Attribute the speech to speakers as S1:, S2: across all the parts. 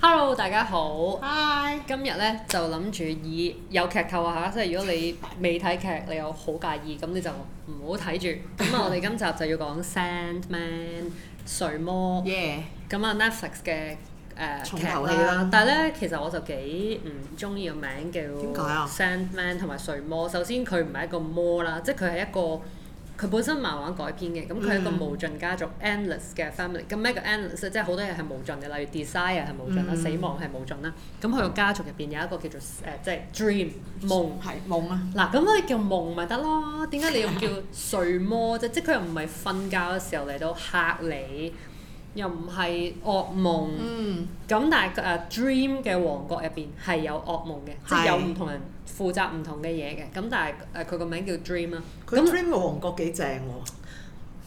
S1: Hello，大家好。
S2: Hi，
S1: 今日咧就諗住以有劇透啊嚇，即係如果你未睇劇，你又好介意，咁你就唔好睇住。咁啊，我哋今集就要講《Sandman》睡魔。
S2: 耶！
S1: 咁啊 Netflix 嘅誒
S2: 重
S1: 劇
S2: 頭
S1: 啦
S2: 戲啦
S1: 但係咧其實我就幾唔中意個名叫
S2: 點解啊
S1: Sandman 同埋睡魔。首先佢唔係一個魔啦，即係佢係一個佢本身漫畫改編嘅，咁佢係一個
S2: 嗯
S1: 無盡家族 endless 嘅 family。咁咩叫 endless 呢即係好多嘢係無盡嘅，例如 desire 係無盡啦，
S2: 嗯
S1: 死亡係無盡啦。咁佢個家族入邊有一個叫做誒、呃即係 dream 夢。
S2: 係夢啊！
S1: 嗱，咁你叫夢咪得咯？點解你要叫睡魔啫？即 係佢又唔係瞓覺嘅時候嚟到嚇你，又唔係噩夢。
S2: 嗯，
S1: 咁、但係誒、呃 Dream 嘅王國入邊係有噩夢嘅，即係
S2: 係
S1: 有唔同人負責唔同嘅嘢嘅。咁但係誒佢個名叫 Dream 啦。
S2: 佢
S1: 咁
S2: Dream 嘅王國幾正喎，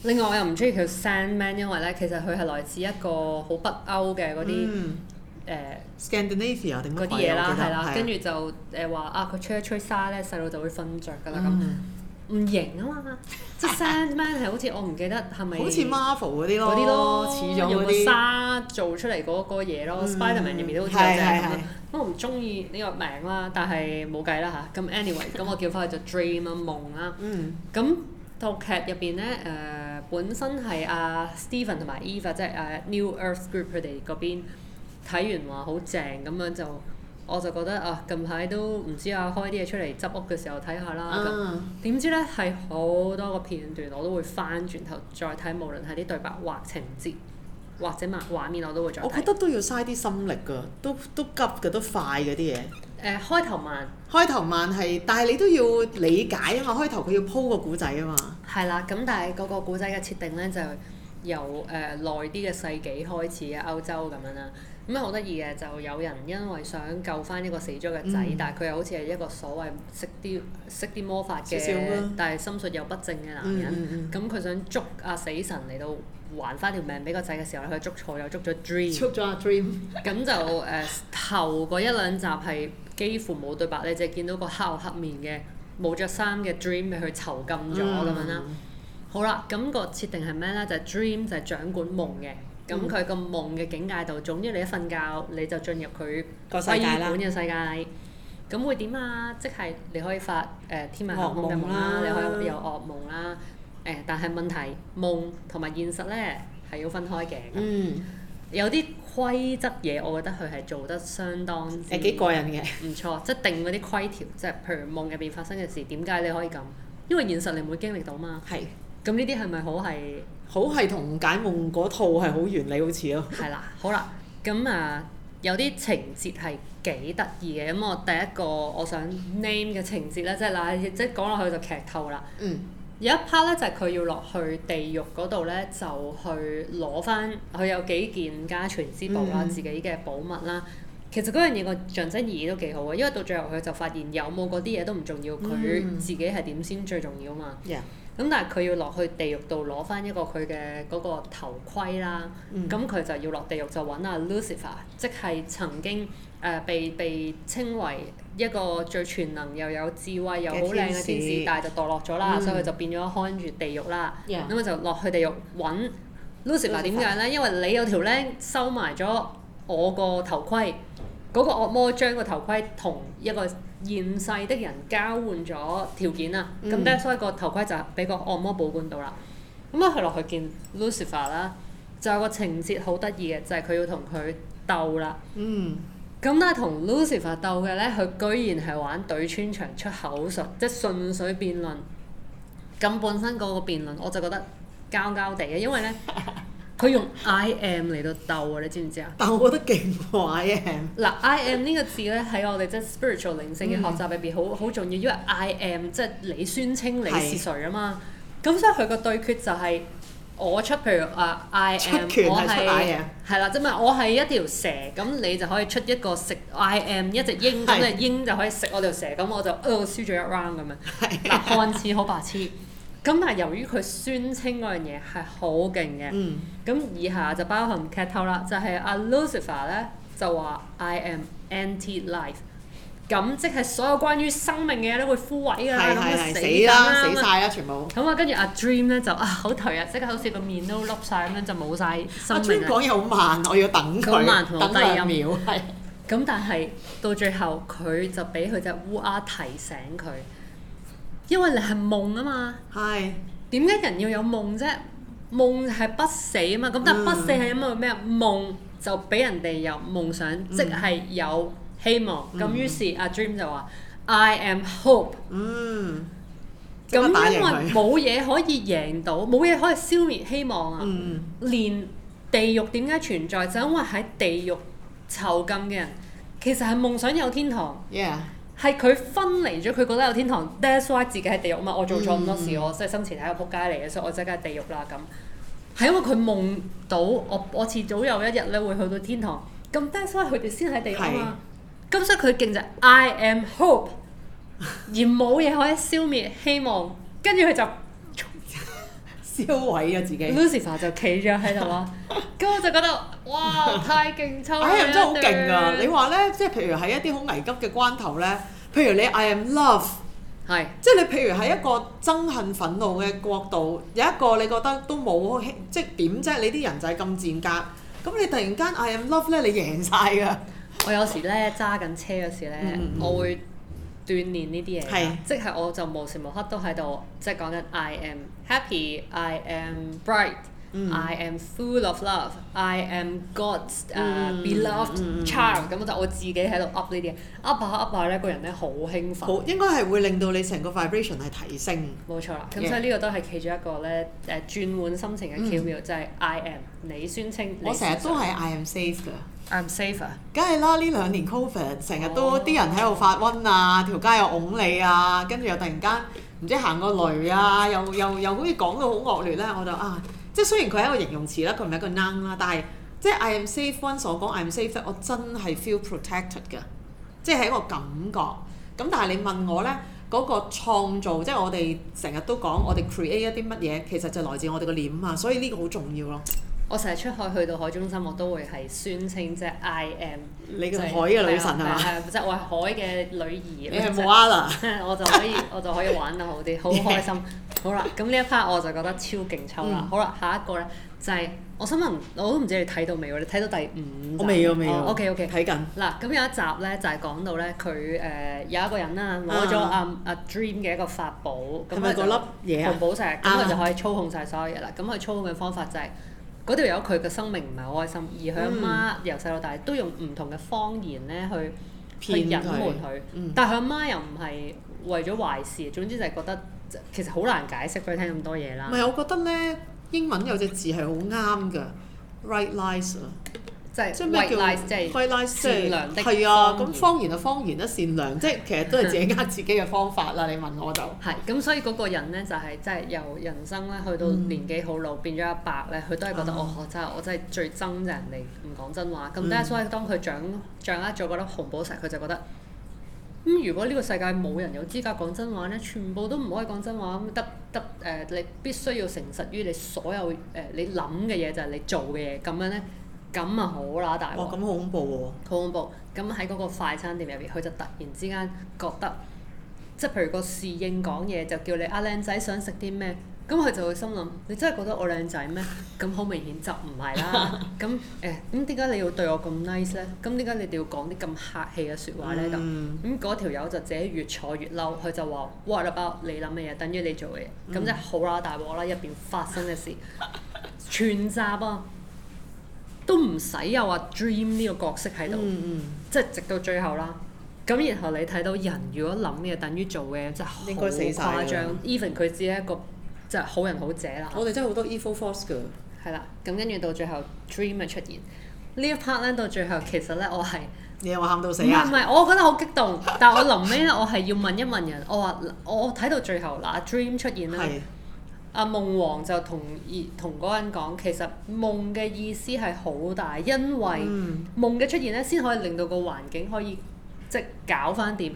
S1: 另外我又唔中意佢 Sandman，因為咧其實佢係來自一個好北歐嘅嗰啲
S2: 嗯
S1: 誒。
S2: Scandinavia 定
S1: 嗰
S2: 乜
S1: 啲
S2: 鬼
S1: 嘢
S2: 啊
S1: 啦，
S2: 我記得
S1: 係啦，跟
S2: 係
S1: 住就誒話啊，佢吹一吹沙咧，細路就會瞓着㗎啦咁。
S2: 嗯
S1: 唔型啊嘛，即 係 Sandman 係好似我唔記得係咪
S2: 好似 Marvel 嗰啲
S1: 嗰
S2: 咯，
S1: 啲咯，
S2: 似咗
S1: 用
S2: 嗰
S1: 個
S2: 啲
S1: 沙做出嚟嗰個嘢咯
S2: 嗯
S1: ，Spiderman 入面都好似有隻咁
S2: 係係
S1: 啦
S2: 係。
S1: 咁我唔中意呢個名啦，但係冇計啦吓，咁 anyway，咁我叫翻佢做 Dream 啊夢啦。
S2: 嗯
S1: 咁套劇入邊咧，誒、本身係阿、Steven 同埋 Eva 即係誒 New Earth Group 佢哋嗰邊睇完話好正咁樣就，我就覺得啊近排都唔知啊開啲嘢出嚟執屋嘅時候睇下啦啊咁。
S2: 嗯
S1: 點知咧係好多個片段，我都會翻轉頭再睇，無論係啲對白或情節或者漫畫面，我都會再睇。
S2: 我覺得都要嘥啲心力㗎，都都急㗎，都快嗰啲嘢。
S1: 誒、開頭慢
S2: 開頭慢係，但係你都要理解啊嘛。開頭佢要鋪個古仔啊嘛。
S1: 係啦，咁但係嗰個古仔嘅設定咧就由誒、耐啲嘅世紀開始嘅歐洲咁樣啦。咁啊好得意嘅，就有人因為想救翻一個死咗嘅仔，
S2: 嗯
S1: 但係佢又好似係一個所謂識啲識啲魔法嘅，
S2: 少少啦
S1: 但係心術又不正嘅男
S2: 嗯
S1: 人。
S2: 嗯嗯
S1: 咁佢想捉阿死神嚟到還翻條命俾個仔嘅時候咧，佢捉錯又捉咗 Dream。
S2: 出咗阿 Dream，
S1: 咁就誒、頭嗰一兩集係幾乎冇對白，你淨係見到個黑口黑面嘅冇着衫嘅 Dream 俾佢囚禁咗咁樣
S2: 嗯
S1: 啦。好啦，咁、個設定係咩咧？就係、Dream 就係掌管夢嘅。咁
S2: 嗯
S1: 佢個夢嘅境界度，總之你一瞓覺你就進入佢
S2: 個世界啦
S1: 規管嘅世界。咁會點啊？即係你可以發誒、呃天馬行空嘅夢啦，
S2: 噩夢啦
S1: 你可以有噩夢啦。誒、但係問題夢同埋現實咧係要分開嘅。
S2: 嗯，
S1: 有啲規則嘢，我覺得佢係做得相當之
S2: 誒幾過癮嘅。
S1: 唔錯，即係定嗰啲規條，即係譬如夢入邊發生嘅事，點解你可以咁？因為現實你唔會經歷到嘛。
S2: 係，
S1: 咁呢啲係咪好係
S2: 好係同解夢嗰套係好原理好似咯。
S1: 係 啦？好啦，咁啊有啲情節係幾得意嘅。咁我第一個我想 name 嘅情節咧，即係嗱，即係講落去就劇透啦。
S2: 嗯。
S1: 有一 part 咧就係佢要落去地獄嗰度咧，就去攞翻佢有幾件家傳之寶啦，
S2: 嗯
S1: 自己嘅寶物啦。其實嗰樣嘢個象徵意義都幾好嘅，啊因為到最後佢就發現有冇嗰啲嘢都唔重要，佢
S2: 嗯
S1: 自己係點先最重要嘛。
S2: Yeah，
S1: 咁但係佢要落去地獄度攞翻一個佢嘅嗰個頭盔啦，
S2: 嗯
S1: 咁佢、就要落地獄就揾阿 Lucifer，即係曾經誒、呃被被稱為一個最全能又有智慧又好靚嘅天
S2: 嘅天
S1: 使
S2: 使，
S1: 但係就墮落咗啦，
S2: 嗯
S1: 所以佢就變咗看住地獄啦，咁
S2: Yeah
S1: 佢就落去地獄揾 Lucifer
S2: Lucifer
S1: 點解咧？因為你有條僆收埋咗我個頭盔。嗰個惡魔將個頭盔同一個現世的人交換咗條件啊，咁
S2: 嗯
S1: 咧、所以個頭盔就俾個惡魔保管到啦。咁啊，佢落去見 Lucifer 啦，就有個情節好得意嘅，就係、佢要同佢鬥啦。
S2: 嗯，
S1: 咁但係同 Lucifer 鬥嘅咧，佢居然係玩對穿牆出口術，即係純粹辯論。咁本身嗰個辯論我就覺得膠膠地嘅，因為咧佢用 I am 嚟到鬥啊，你知唔知啊？
S2: 但我覺得勁怪嘅。
S1: 嗱，I am 呢個字咧喺我哋即係 spiritual 靈性嘅
S2: 嗯
S1: 學習入邊好好重要，因為 I am 即係你宣稱你是誰啊嘛。咁所以佢個對決就係我出，譬如啊，I
S2: 出
S1: am，
S2: 拳
S1: 我
S2: 係出 I am
S1: 係啦，即係咪我係一條蛇，咁你就可以出一個食 I am 一隻鷹，咁
S2: 係
S1: 你鷹就可以食我條蛇，咁我就哦輸咗一 round 咁 樣。
S2: 係
S1: 嗱，看似好白痴，咁但係由於佢宣稱嗰樣嘢係好勁嘅。
S2: 嗯，
S1: 咁以下就包含劇透啦，就係、阿 Lucifer 咧就話 I am anti-life，咁即係所有關於生命嘅嘢都會枯萎㗎啦，
S2: 係
S1: 咁
S2: 係
S1: 啊
S2: 係
S1: 死
S2: 死啦，死
S1: 咁啊
S2: 晒啦，全部。
S1: 咁啊，跟住阿 Dream 咧就啊好頹啊，即刻好似個面都凹晒咁樣，就冇晒
S2: 阿
S1: 生
S2: Jun
S1: 命啊。
S2: 講嘢好慢，我要等
S1: 好
S2: 佢
S1: 慢同，我
S2: 等
S1: 低音
S2: 兩秒，係
S1: 咁但係到最後佢就俾佢只烏鴉提醒佢，因為你係夢啊嘛。
S2: 係
S1: 點解人要有夢啫？夢係不死啊嘛，咁
S2: 嗯
S1: 但係不死係因為咩啊？夢就俾人哋有夢想，即
S2: 嗯
S1: 係有希望。咁、於是阿 Dream 就話：I am hope。
S2: 嗯，
S1: 咁
S2: 即刻打
S1: 因
S2: 贏
S1: 為
S2: 佢
S1: 冇嘢可以贏到，冇嘢可以消滅希望啊！
S2: 嗯
S1: 連地獄點解存在，就因為喺地獄囚禁嘅人，其實係夢想有天堂。
S2: ，yeah，
S1: 係佢分離咗，佢覺得有天堂，that's why 自己係地獄嘛。
S2: 嗯
S1: 我做錯咁多事，我即係生前係一個仆街嚟嘅，所以我即係梗係地獄啦咁。係因為佢夢到我，我遲早有一日咧會去到天堂，咁 that's why 佢哋先喺地獄啊嘛。咁所以佢勁就係 I am hope，而冇嘢可以消滅希望。跟住佢就
S2: 燒毀咗自己。
S1: Lucifer 就企咗喺度 啦。咁我就覺得哇，太勁抽啦！
S2: I am 真係好勁啊！
S1: 一
S2: 你
S1: 段
S2: 話咧，即係譬如喺一啲好危急嘅關頭咧，譬如你 I am love，
S1: 係
S2: 即係你譬如喺一個憎恨憤怒嘅國度，有一個你覺得都冇希，即係點啫？你啲人就係咁賤格，咁你突然間 I am love 咧，你贏晒㗎。
S1: 我有時咧揸緊車嗰時咧，
S2: 嗯嗯
S1: 我會鍛鍊呢啲嘢㗎
S2: 係，
S1: 即係我就無時無刻都喺度，即係講緊 I am happy, I am bright、I
S2: 嗯
S1: am full of love, I am God's、uh,
S2: 嗯
S1: beloved
S2: 嗯嗯嗯
S1: child，咁、我就我自己喺度 up 呢啲嘢，up 下 up 下咧，個人咧好興奮
S2: 好，，應該係會令到你成個 vibration 係提升。
S1: 冇錯啦。咁
S2: Yeah 嗯
S1: 所以呢個都係其中一個咧誒、轉換心情嘅巧妙，就係 I am 你宣稱你
S2: 我成日都
S1: 相
S2: 係
S1: 信
S2: I am safe 㗎。
S1: I'm safer。
S2: 梗係啦！呢兩年 Covid 成日都
S1: 哦
S2: 啲人喺度發瘟啊，條街又擁你啊，跟住又突然間唔知行個雷啊，又又又好似講到好惡劣咧，我就啊，即係雖然佢係一個形容詞啦，佢唔係一個 noun 啦，但係即係 I am safe one 所講 I am safe 咧，我真係 feel protected 㗎，即係一個感覺。咁但係你問我咧，嗰、個創造即係我哋成日都講，我哋 create 一啲乜嘢，其實就來自我哋個念啊，所以呢個好重要咯。
S1: 我成日出海去到海中心，我都會係宣稱即係 I am
S2: 你
S1: 就
S2: 個
S1: 係
S2: 海嘅女神係嘛？
S1: 係啊即係我係海嘅女兒。
S2: 你係啊
S1: 即係
S2: Moana。
S1: 我就可以我就可以玩得好啲，好開 心。好啦，咁呢一 part 我就覺得超勁抽啦。
S2: 嗯
S1: 好啦，下一個咧就係、我想問，我都唔知你睇到未喎？你睇到第五集？
S2: 我未啊，未啊。
S1: O K O K。
S2: 睇緊。
S1: 嗱，咁有一集咧就係、講到咧佢誒有一個人啦，攞咗阿阿 Dream 嘅一個法寶，咁
S2: 啊係咪
S1: 佢就
S2: 嗰粒嘢啊
S1: 紅寶石，咁
S2: 啱
S1: 佢
S2: 啊
S1: 就可以操控晒所有嘢啦。咁佢操控嘅方法就係嗰條友佢嘅生命唔係好開心，而佢
S2: 嗯
S1: 阿媽由細到大都用唔同嘅謊言咧去去隱
S2: 騙
S1: 瞞
S2: 佢
S1: 佢，
S2: 嗯
S1: 但係佢阿媽又唔係為咗壞事，總之就係覺得其實好難解釋俾佢聽咁多嘢啦
S2: 唔。係，我覺得咧英文有隻字係好啱㗎，right lies 啊，
S1: 即係
S2: 即係咩
S1: white
S2: 叫
S1: lies，即係
S2: right lies 即
S1: 善良的
S2: 係係啊，
S1: 謊言
S2: 咁方言啊方言啦，善良即係其實都係自己呃自己嘅方法啦。你問我就
S1: 係，咁所以嗰個人咧就係即係由人生咧去到年紀好老變咗阿伯咧，佢都係覺得
S2: 嗯啊
S1: 哦，我真係我真係最憎就係人哋唔講真話。咁
S2: 嗯
S1: 但係所以當佢掌掌握咗嗰粒紅寶石，佢就覺得咁如果呢個世界冇人有資格講真話咧，全部都唔可以講真話，咁得得誒、呃你必須要誠實於你所有誒、呃你諗嘅嘢就係你做嘅嘢，咁樣咧，咁啊好啦大
S2: 哇
S1: 鑊。
S2: 咁好恐怖
S1: 好恐怖！咁喺嗰個快餐店入邊，佢就突然之間覺得，即係譬如個侍應講嘢就叫你啊靚仔想食啲咩，咁佢就會心諗你真係覺得我靚仔咩？咁好明顯就唔係啦。咁誒咁點解你要對我咁 nice 咧？咁點解你哋要講啲咁客氣嘅説
S2: 喎，
S1: 話咧？咁
S2: 嗯
S1: 咁嗰條友就自己越坐越嬲，佢就話 what about 你諗嘅嘢等於你做嘅
S2: 嗯
S1: 嘢，咁即係好啦大鑊啦，入邊發生嘅事，全集啊都唔使有話 dream 呢個角色喺度，
S2: 嗯嗯，
S1: 即係直到最後啦。咁然後你睇到人如果諗嘅嘢等於做嘅嘢，真係
S2: 應該死晒
S1: 好
S2: 啦
S1: 誇張。even 佢只係一個即係好人好姐啦。
S2: 我哋真係好多 evil force 㗎，
S1: 係啦，咁跟住到最後 dream 嘅出現，呢一 part 咧到最後其實咧我係。
S2: 你有冇喊到死
S1: 唔係唔
S2: 啊？
S1: 係，我覺得好激動，但係我臨尾咧，我係要問一問人，我話我睇到最後嗱阿，Dream 出現啦，
S2: 係
S1: 阿夢王就同同嗰個人講，其實夢嘅意思係好大，因為
S2: 嗯
S1: 夢嘅出現咧，先可以令到個環境可以即係搞翻掂。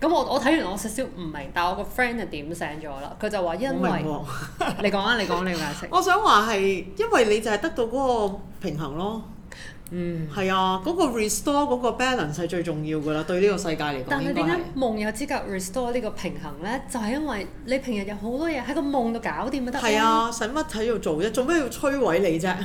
S1: 咁我我睇完我少少唔明，但我個 friend 就點醒咗啦，佢就話因
S2: 好明
S1: 為
S2: 喎。
S1: 你講啊，你講你解釋。
S2: 我想話係因為你就係得到嗰個平衡咯。
S1: 嗯。
S2: 係啊，嗰、個 restore 嗰個 balance 係最重要㗎啦，對呢個世界嚟講
S1: 但
S2: 應
S1: 係
S2: 該
S1: 點
S2: 係
S1: 解。夢有資格 restore 呢個平衡呢？就係、因為你平日有好多嘢喺個夢度搞掂咪得咯
S2: 係，啊，使乜喺度做啫？做咩要摧毀你啫？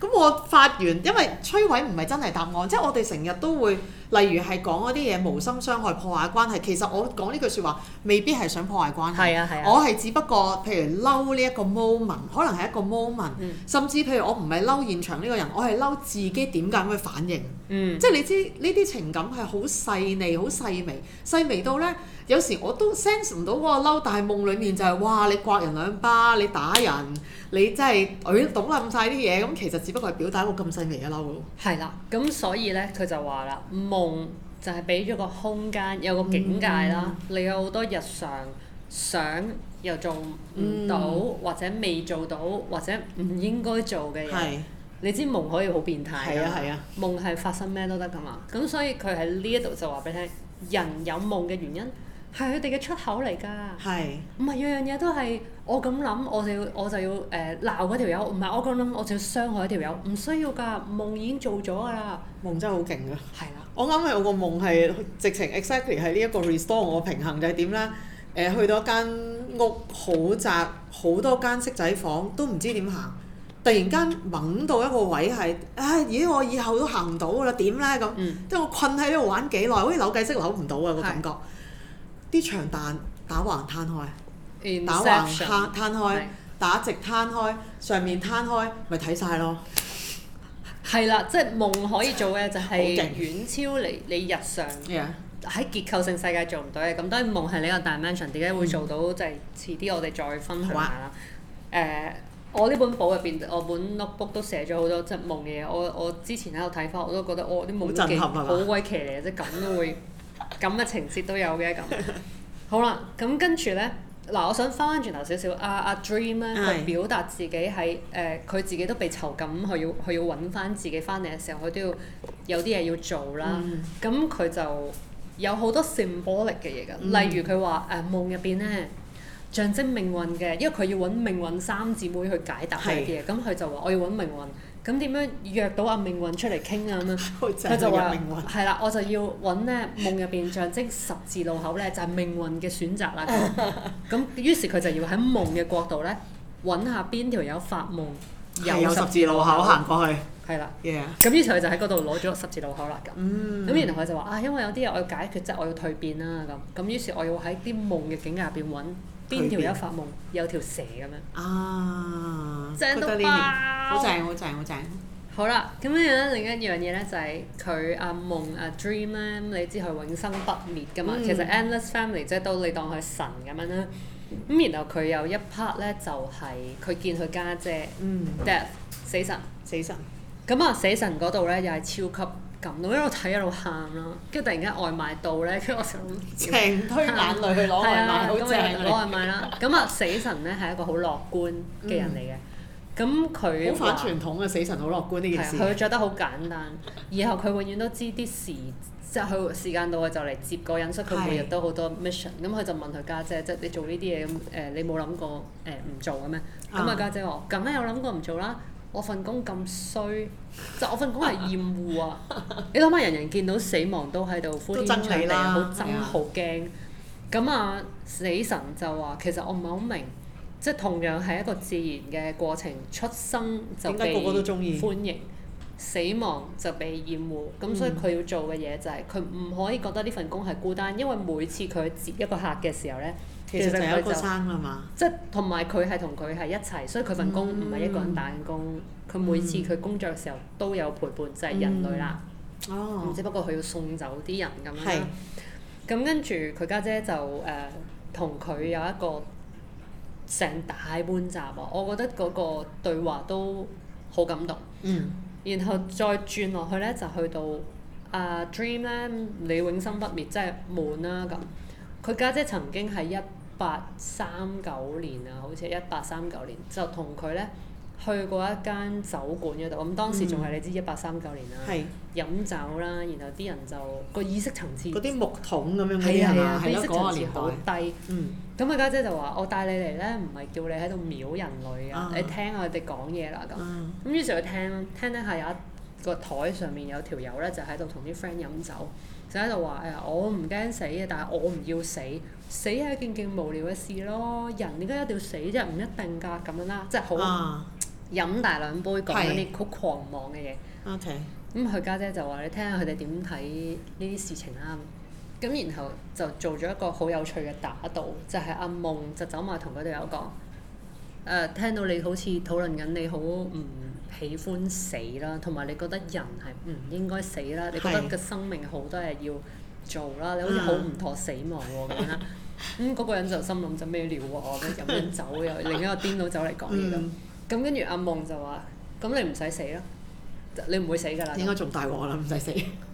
S2: 咁我發完，因為摧毀唔係真係答案，即係我哋成日都會，例如係講嗰啲嘢無心傷害、破壞關係。其實我講呢句説話，未必係想破壞關係。
S1: 係啊係啊，
S2: 我係只不過，譬如嬲呢一個 moment，可能係一個 moment，、
S1: 嗯
S2: 甚至譬如我唔係嬲現場呢個人，我係嬲自己點解咁去反應。
S1: 嗯
S2: 即係你知呢啲情感係好細膩、好細微，細微到呢，有時我都 sense 唔到嗰個嬲，但係夢裡面就係、哇，你刮人兩巴，你打人，你真係誒懂冧晒啲嘢，咁其實只不過係表達一個咁細微嘅嬲咯。
S1: 係啦，咁所以呢，佢就話啦，夢就係俾咗個空間，有個境界
S2: 嗯
S1: 啦，你有好多日常想又做唔到，
S2: 嗯
S1: 或者未做到，或者唔應該做嘅嘢。
S2: 係
S1: 你知夢可以好變態㗎嘛
S2: 係啊係啊，
S1: 夢係發生咩都得㗎嘛。咁所以佢喺呢一度就話俾你聽，人有夢嘅原因係佢哋嘅出口嚟㗎。
S2: 係
S1: 唔係樣樣嘢都係我咁諗，我就要我就要誒鬧嗰條友，唔係我咁諗，我就要傷害條友，唔需要㗎，夢已經做咗㗎啦，
S2: 夢真係好勁啊㗎。
S1: 係啦，
S2: 我啱啱有個夢係直情 exactly 係呢一個 restore 我平衡就係點呢？誒、去到一間屋好窄，好多間色仔房，都唔知點行。突然間掹到一個位係，唉、咦！我以後都行唔到㗎啦，點呢？咁？
S1: 嗯，
S2: 即係我困喺度玩幾耐，好似扭計式扭唔到啊個感覺。啲長彈打橫攤開，打
S1: 嗯
S2: 橫
S1: Inception
S2: 攤攤開
S1: 係，
S2: 打直攤開，上面攤開，咪睇晒咯。
S1: 係啦，即係夢可以做嘅就
S2: 好
S1: 係
S2: 勁
S1: 遠超你你日常喺結構性世界做唔到嘅，咁當然夢係呢個 dimension，點解會做到就係遲啲我哋再分享下
S2: 好
S1: 啦。誒、我呢本簿入邊，我本 notebook 都寫咗好多即係夢嘅嘢。我我之前喺度睇翻，我都覺得我啲夢都幾
S2: 好震撼係嘛
S1: 好鬼騎呢，即係咁都會咁嘅情節都有嘅咁。好啦，咁跟住咧。嗱，我想翻翻轉頭少少，阿、阿、Dream 咧，佢
S2: 係
S1: 表達自己喺誒，佢、自己都被囚禁，佢要佢要揾翻自己翻嚟嘅時候，佢都要有啲嘢要做啦。
S2: 嗯
S1: 咁佢就有好多 symbolic 嘅嘢㗎，
S2: 嗯
S1: 例如佢話誒呃夢入邊咧象徵命運嘅，因為佢要揾命運三姊妹去解答呢啲嘢，咁佢就話我要揾命運，咁點樣約到阿命運出嚟傾啊咁 樣？
S2: 好
S1: 佢
S2: 正
S1: 就
S2: 嘅
S1: 話
S2: 命運。
S1: 係啦，我就要揾咧夢入邊象徵十字路口咧，就係、命運嘅選 擇啦。咁咁於是佢就要喺夢嘅角度咧揾下邊條友發夢
S2: 係有十字路口行，過去
S1: 係啦。
S2: ，yeah，
S1: 咁於是佢就喺嗰度攞咗十字路口啦咁。
S2: 嗯，
S1: 咁然後佢就話啊，因為有啲嘢我要解決，即係我要蛻變啦咁。咁於是我要喺啲夢嘅境界入邊揾邊條友發夢有條蛇咁樣。
S2: 啊，
S1: 正到
S2: 覺得呢
S1: 爆
S2: 年好正好正好正，
S1: 好啦，咁樣咧另一樣嘢咧就係佢阿夢阿 dream 咧，你知佢永生不滅噶嘛。
S2: 嗯
S1: 其實 endless family 即係都你當佢神咁樣啦。咁然後佢有一 part 咧就係佢見佢家姐
S2: 嗯，
S1: death 死神。
S2: 死神，
S1: 咁啊，死神嗰度咧又係超級感動，一路睇一路喊啦。跟住突然間外賣到咧，跟住我就諗
S2: 成推眼淚去
S1: 係
S2: 攞外
S1: 啊，
S2: 賣，好
S1: 咁
S2: 正
S1: 咪攞外
S2: 啊
S1: 賣啦。咁啊，死神咧係一個好樂觀嘅人嚟嘅。咁
S2: 你！
S1: 佢
S2: 好反啊
S1: 話
S2: 傳統嘅死神好樂觀呢
S1: 係
S2: 件
S1: 啊
S2: 事，
S1: 佢着得好簡單，然後佢永遠都知啲時，即係佢時間到佢就嚟接個人，所以佢每日
S2: 係
S1: 都好多 mission。咁佢就問佢家姐，即係你做呢啲嘢咁誒，你冇諗過誒唔做嘅咩？咁啊
S2: 啊
S1: 家姐話：梗係有諗過唔做啦。我份工咁衰，就我份工係厭惡 啊！你諗下，人人見到死亡都喺度呼天
S2: 憎
S1: 搶地，
S2: 你啦
S1: 好
S2: 係
S1: 憎
S2: 啊
S1: 好驚。咁啊，死神就話其實我唔係好明，即係同樣係一個自然嘅過程，出生就
S2: 點解
S1: 被
S2: 個個都鍾意嗯
S1: 歡迎，死亡就被厭惡。咁所以佢要做嘅嘢就係佢唔可以覺得呢份工係孤單，因為每次佢接一個客嘅時候呢，
S2: 其實就
S1: 佢
S2: 有一個
S1: 就
S2: 生啦嘛，
S1: 即係同埋佢係同佢係一齊，所以佢份工唔係一個人打緊
S2: 嗯
S1: 工。佢、每次佢工作嘅時候都有陪伴，就係、人類啦。咁
S2: 哦，
S1: 只不過佢要送走啲人咁樣
S2: 係
S1: 啦。咁跟住佢家姐就誒同佢有一個成大半集啊，我覺得嗰個對話都好感動。
S2: 嗯，
S1: 然後再轉落去咧，就去到啊 Dream 咧，你永生不滅，即係滿啦咁。佢家姐曾經喺一八三九年啊，好似一八三九年就同佢咧去過一間酒館嗰度，咁當時仲係你知一八三九年啦，
S2: 係
S1: 飲酒啦，然後啲人就個意識層次
S2: 嗰啲木桶咁樣嗰
S1: 嗯係
S2: 啲
S1: 啊
S2: 係
S1: 係
S2: 嘛
S1: 啊，，個
S2: 係
S1: 意
S2: 咯
S1: 識
S2: 嗰
S1: 層
S2: 個
S1: 次
S2: 年
S1: 好
S2: 代，
S1: 低。
S2: 嗯，
S1: 咁佢家姐就話：我帶你嚟咧，唔係叫你喺度秒人類啊
S2: 啊，
S1: 你聽下佢哋講嘢啦咁。
S2: 啊
S1: 咁於是佢聽聽聽下有一個台上面有條友咧就喺度同啲 friend 飲酒，就喺度話誒我唔驚死啊嘅，但係我唔要死，死係一件勁無聊嘅事咯。人點解一定要死啫？唔一定㗎咁樣啦，即係好
S2: 啊
S1: 飲大兩杯講嗰
S2: 係
S1: 啲好狂妄嘅嘢。
S2: ，OK，
S1: 咁佢家姐就話：你聽下佢哋點睇呢啲事情啦。咁然後就做咗一個好有趣嘅打賭，就係、阿夢就走埋同佢哋有講，誒、聽到你好似討論緊你好唔喜歡死啦，同埋你覺得人係唔應該死啦，你覺得
S2: 係
S1: 嘅生命好多嘢要做啦，你好似好唔妥死亡喎咁樣啦。咁嗰、個人就心諗就咩料喎、我咁飲緊酒又另一個癲佬走嚟講嘢咁
S2: 嗯。
S1: 咁跟住阿夢就話：咁你唔使死啦，你唔會死㗎啦。
S2: 應該仲大鑊啦，唔使死，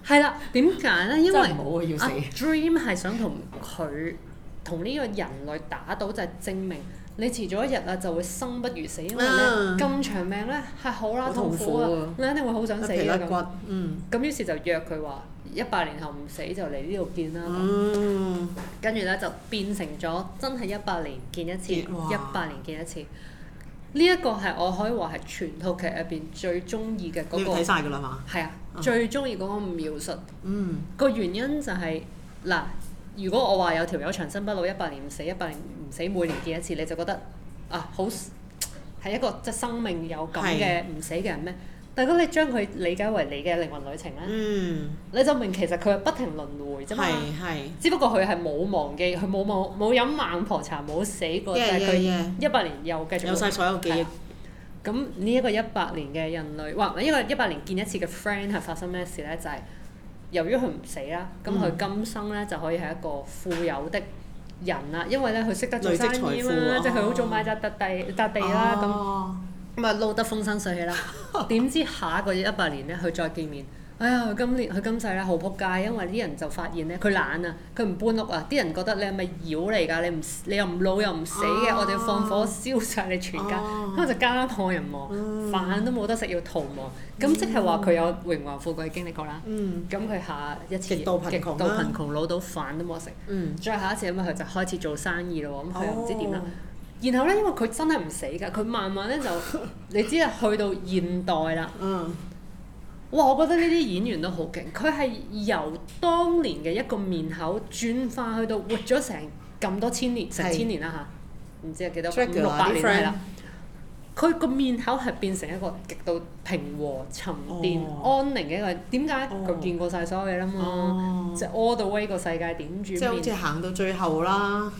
S1: 係啦，點解咧？因為
S2: 真係唔好啊要死
S1: 啊 Dream 係想同佢同呢個人類打賭，就係證明你遲早一日啊就會生不如死，因為咧
S2: 啊
S1: 咁長命咧係好啦
S2: 好
S1: 痛
S2: 痛
S1: 苦啊
S2: 苦啊，
S1: 你一定會好想死
S2: 皮
S1: 啊
S2: 甩骨
S1: 咁。，
S2: 嗯
S1: 咁於是就約佢話一百年後唔死就嚟呢度見啦。咁
S2: 嗯，
S1: 跟住咧就變成咗真係一百年見一次，
S2: 哇
S1: 一百年見一次。呢一個係我可以話係全套劇入邊最中意嘅
S2: 你
S1: 嗰
S2: 要
S1: 個
S2: 睇，晒㗎啦嘛，
S1: 係啊，
S2: 嗯
S1: 最中意嗰個描述。
S2: 嗯
S1: 個原因就係、嗱，如果我話有條友長生不老，一百年唔死，一百年唔死，每年見一次，你就覺得啊好係一個即係生命有咁嘅唔死嘅人咩？但如果你將佢理解為你嘅靈魂旅程咧，
S2: 嗯，
S1: 你就明其實佢係不停輪迴啫嘛。
S2: 係係，
S1: 只不過佢係冇忘記，佢冇冇冇飲孟婆茶，冇死過，但係佢
S2: yeah
S1: 一百年又繼
S2: yeah，
S1: 續
S2: 有晒所有記
S1: 係
S2: 憶
S1: 啊，咁呢一個一百年嘅人類，或一個一百年見一次嘅 friend 係發生咩事呢？就係、由於佢唔死啦，咁佢
S2: 嗯
S1: 今生呢就可以係一個富有的人啦，因為呢，佢識得做
S2: 累積
S1: 生
S2: 財
S1: 意
S2: 富
S1: 嘛
S2: 啊，
S1: 即係佢好早買笪笪地笪啊地
S2: 哦
S1: 啦，咁
S2: 咁。
S1: 咁啊撈得風生水 起啦。點知下一個一百年咧，佢再見面，哎呀！佢今年佢今世咧好撲街，因為啲人就發現咧，佢懶啊，佢唔搬屋啊，啲人覺得你係咪妖嚟㗎？你唔你又唔老又唔死嘅，
S2: 哦
S1: 我哋要放火燒晒你全家，
S2: 哦
S1: 咁我就家破人亡，
S2: 嗯
S1: 飯都冇得食，要逃亡。咁即係話佢有榮華富貴經歷過啦。
S2: 嗯
S1: 咁佢下一次
S2: 極度貧窮啦
S1: 極度貧窮，老到飯都冇得食。
S2: 嗯，
S1: 最後一次咁啊佢就開始做生意咯喎，咁佢又唔知點啦
S2: 哦。
S1: 然後咧，因為佢真係唔死㗎，佢慢慢咧就 你知啦，去到現代啦，
S2: 嗯
S1: 哇！我覺得呢啲演員都好勁，佢係由當年嘅一個面口轉化去到活咗成咁多千年，成
S2: 係
S1: 千年啦吓，唔知係幾多五
S2: Dracula
S1: 六百年
S2: 啊啲 friend
S1: 係啦。佢個面口係變成一個極度平和、沉澱、
S2: 哦
S1: 安寧嘅一個人。點解佢
S2: 哦
S1: 見過晒所有嘢啦嘛？
S2: 哦，
S1: 即係 all the way 個世界點轉
S2: 即係好
S1: 變
S2: 似行到最後啦，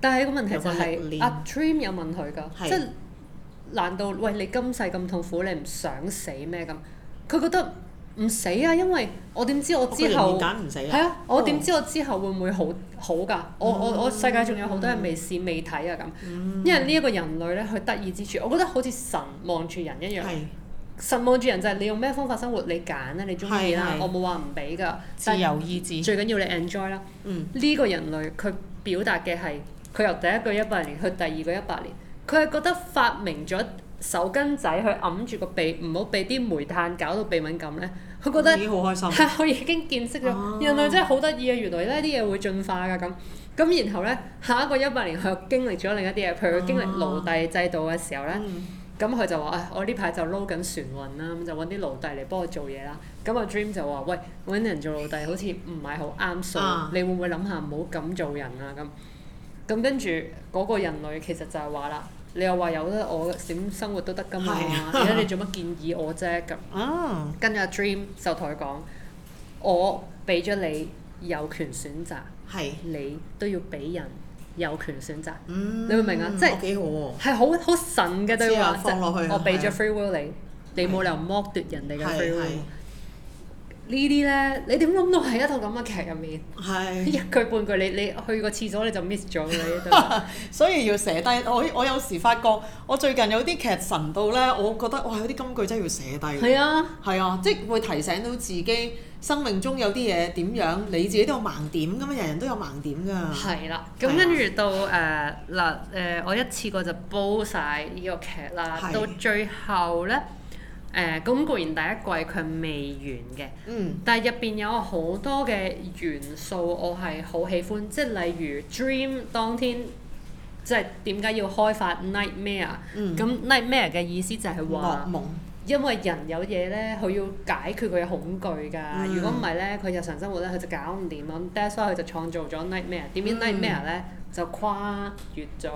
S1: 但係個問題
S2: 有
S1: 就
S2: 個歷
S1: 係、
S2: 練
S1: 阿 Dream 有問佢㗎，
S2: 係
S1: 即係難道喂你今世咁痛苦，你唔想死咩咁？佢覺得唔死啊，因為我點知我之後
S2: 佢仍然揀唔死
S1: 係
S2: 啊，
S1: 啊，我點知我之後會唔會
S2: 哦
S1: 好好㗎？我我我世界仲有好多人未試未睇啊
S2: 嗯
S1: 咁，因為呢一個人類咧，佢得意之處，我覺得好似神望住人一樣。
S2: 係
S1: 神望住人就係你用咩方法生活，你揀啦，你中意啦
S2: 係，係
S1: 我冇話唔俾㗎。
S2: 自
S1: 但係
S2: 由意志，
S1: 最緊要你 enjoy 啦。
S2: 嗯
S1: 呢個人類佢表達嘅係佢由第一個一百年去第二個一百年，佢係覺得發明咗手巾仔去揞住個鼻，唔好俾啲煤炭搞到鼻敏感咧。佢覺
S2: 已
S1: 得
S2: 經好開心，
S1: 係我已經見識咗、
S2: 哦
S1: 人類真係好得意啊！原來呢啲嘢會進化㗎咁。咁然後咧，下一個一百年佢又經歷咗另一啲嘢，譬如佢經歷奴隸制度嘅時候咧。
S2: 嗯
S1: 咁佢就話：，唉、我呢排就撈緊船運啦，咁就揾啲奴隸嚟幫我做嘢啦。咁阿 Dream 就話：，喂，揾人做奴隸好似唔係好啱數，
S2: 啊
S1: 你會唔會諗下唔好咁做人啊？咁咁跟住嗰個人類其實就係話啦，你又話有得我點生活都得㗎嘛，
S2: 係啊
S1: 而家你做乜建議我啫？咁
S2: 啊，
S1: 跟住阿 Dream 就同佢講：，我俾咗你有權選擇，
S2: 係，
S1: 你都要俾人有權選擇。
S2: 嗯，
S1: 你會明啊即係
S2: 我幾好喎，
S1: 係好好神嘅對
S2: 知啊
S1: 話，即係
S2: 放落去啊
S1: 我俾
S2: 係
S1: 咗
S2: 啊
S1: free will 你，你冇理由剝奪人哋嘅
S2: 係
S1: free
S2: 係
S1: will。呢啲呢，你點諗到係一套咁嘅劇入面？一
S2: 係，
S1: 句半句，你你去個廁所你就 miss 咗㗎啦呢度。
S2: 所以要寫低。我我有時發覺，我最近有啲劇神到咧，我覺得哇，有啲金 句真係要寫低。
S1: 係啊，
S2: 係啊，即係會提醒到自己生命中有啲嘢點樣，你自己都有盲點㗎嘛，人人都有盲點㗎。
S1: 係啦。咁
S2: 係
S1: 跟
S2: 啊
S1: 住到誒嗱誒，我一次過就煲晒呢個劇啦。
S2: 係
S1: 到最後呢，誒咁固然第一季佢未完嘅。
S2: 嗯，
S1: 但係入邊有好多嘅元素，我係好喜歡，即係例如 Dream 當天即係點解要開發 Nightmare？咁、
S2: 嗯
S1: Nightmare 嘅意思就係
S2: 噩
S1: 話
S2: 夢
S1: 因為人有嘢咧，佢要解決佢嘅恐懼㗎。
S2: 嗯
S1: 如果唔係咧，佢日常生活咧，佢就搞唔掂咁。That's why 佢就創造咗 nightmare。點知
S2: 嗯
S1: nightmare 咧就跨越咗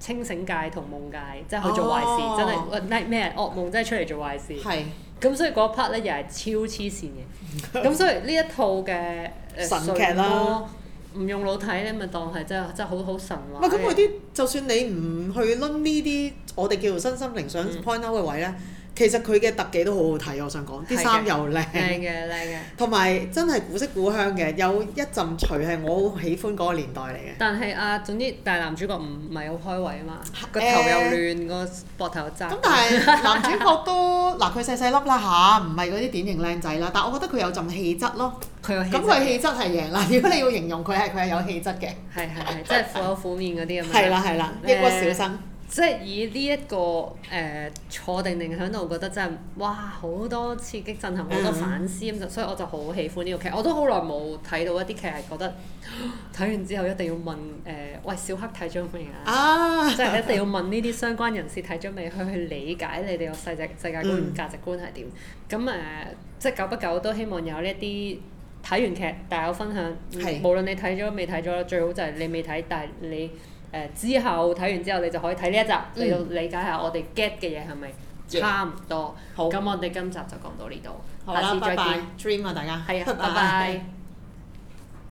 S1: 清醒界同夢界，即係佢做壞事，
S2: 哦
S1: 真係喂 nightmare 惡夢，真係出嚟做壞事。
S2: 係
S1: 咁所以嗰 part 咧又係超黐線 嘅。咁所以呢一套嘅誒
S2: 神劇
S1: 睡
S2: 啦，
S1: 魔唔用腦睇咧，咪當係真係真係好好神
S2: 唔
S1: 話
S2: 係
S1: 嘅。
S2: 咁嗰啲，就算你唔去攆呢啲，我哋叫做身心靈想
S1: 嗯
S2: point out 嘅位咧，其實佢嘅特技都好好睇，我想講，啲
S1: 係
S2: 衫
S1: 嘅
S2: 又
S1: 靚
S2: 靚，
S1: 嘅靚嘅。
S2: 同埋真係古色古香嘅，有一陣除係我好喜歡嗰個年代嚟嘅。
S1: 但係啊，總之大男主角唔係好開胃啊嘛，個頭又
S2: 誒
S1: 亂，個膊頭又窄。
S2: 咁 但係男主角都嗱，佢細細粒啦吓，唔係嗰啲典型靚仔啦，但我覺得佢有陣氣質咯。
S1: 佢有氣
S2: 咁
S1: 質
S2: 佢氣質係贏啦。如 果你要形容佢係，佢係有氣質嘅。
S1: 係係係，即係苦口苦面嗰啲咁樣。
S2: 係啦係啦，抑鬱
S1: 誒
S2: 小生。
S1: 即係以呢、一個誒、坐定定喺度，覺得真係哇好多刺激震撼，好多
S2: 嗯
S1: 反思咁就，所以我就好喜歡呢個劇。我都好耐冇睇到一啲劇係覺得 睇完之後一定要問誒、喂小黑睇咗未啊？
S2: 啊！
S1: 即係一定要問呢啲相關人士睇咗未，去去理解你哋個世界世界觀、
S2: 嗯
S1: 價值觀係點。咁誒、呃即係久不久都希望有呢一啲睇完劇，大有分享。嗯
S2: 係
S1: 無論你睇咗未睇咗，最好就係你未睇，但係你誒、呃之後睇完之後，你就可以睇呢一集，
S2: 嗯
S1: 你就理解下我哋 get 嘅嘢係咪
S2: Yeah
S1: 差唔多。
S2: 好
S1: 咁我哋今集就講到呢度，
S2: 好
S1: 下
S2: 啦，
S1: 次
S2: 拜
S1: 再見
S2: 拜。，dream 啊大家。
S1: 係啊，拜拜。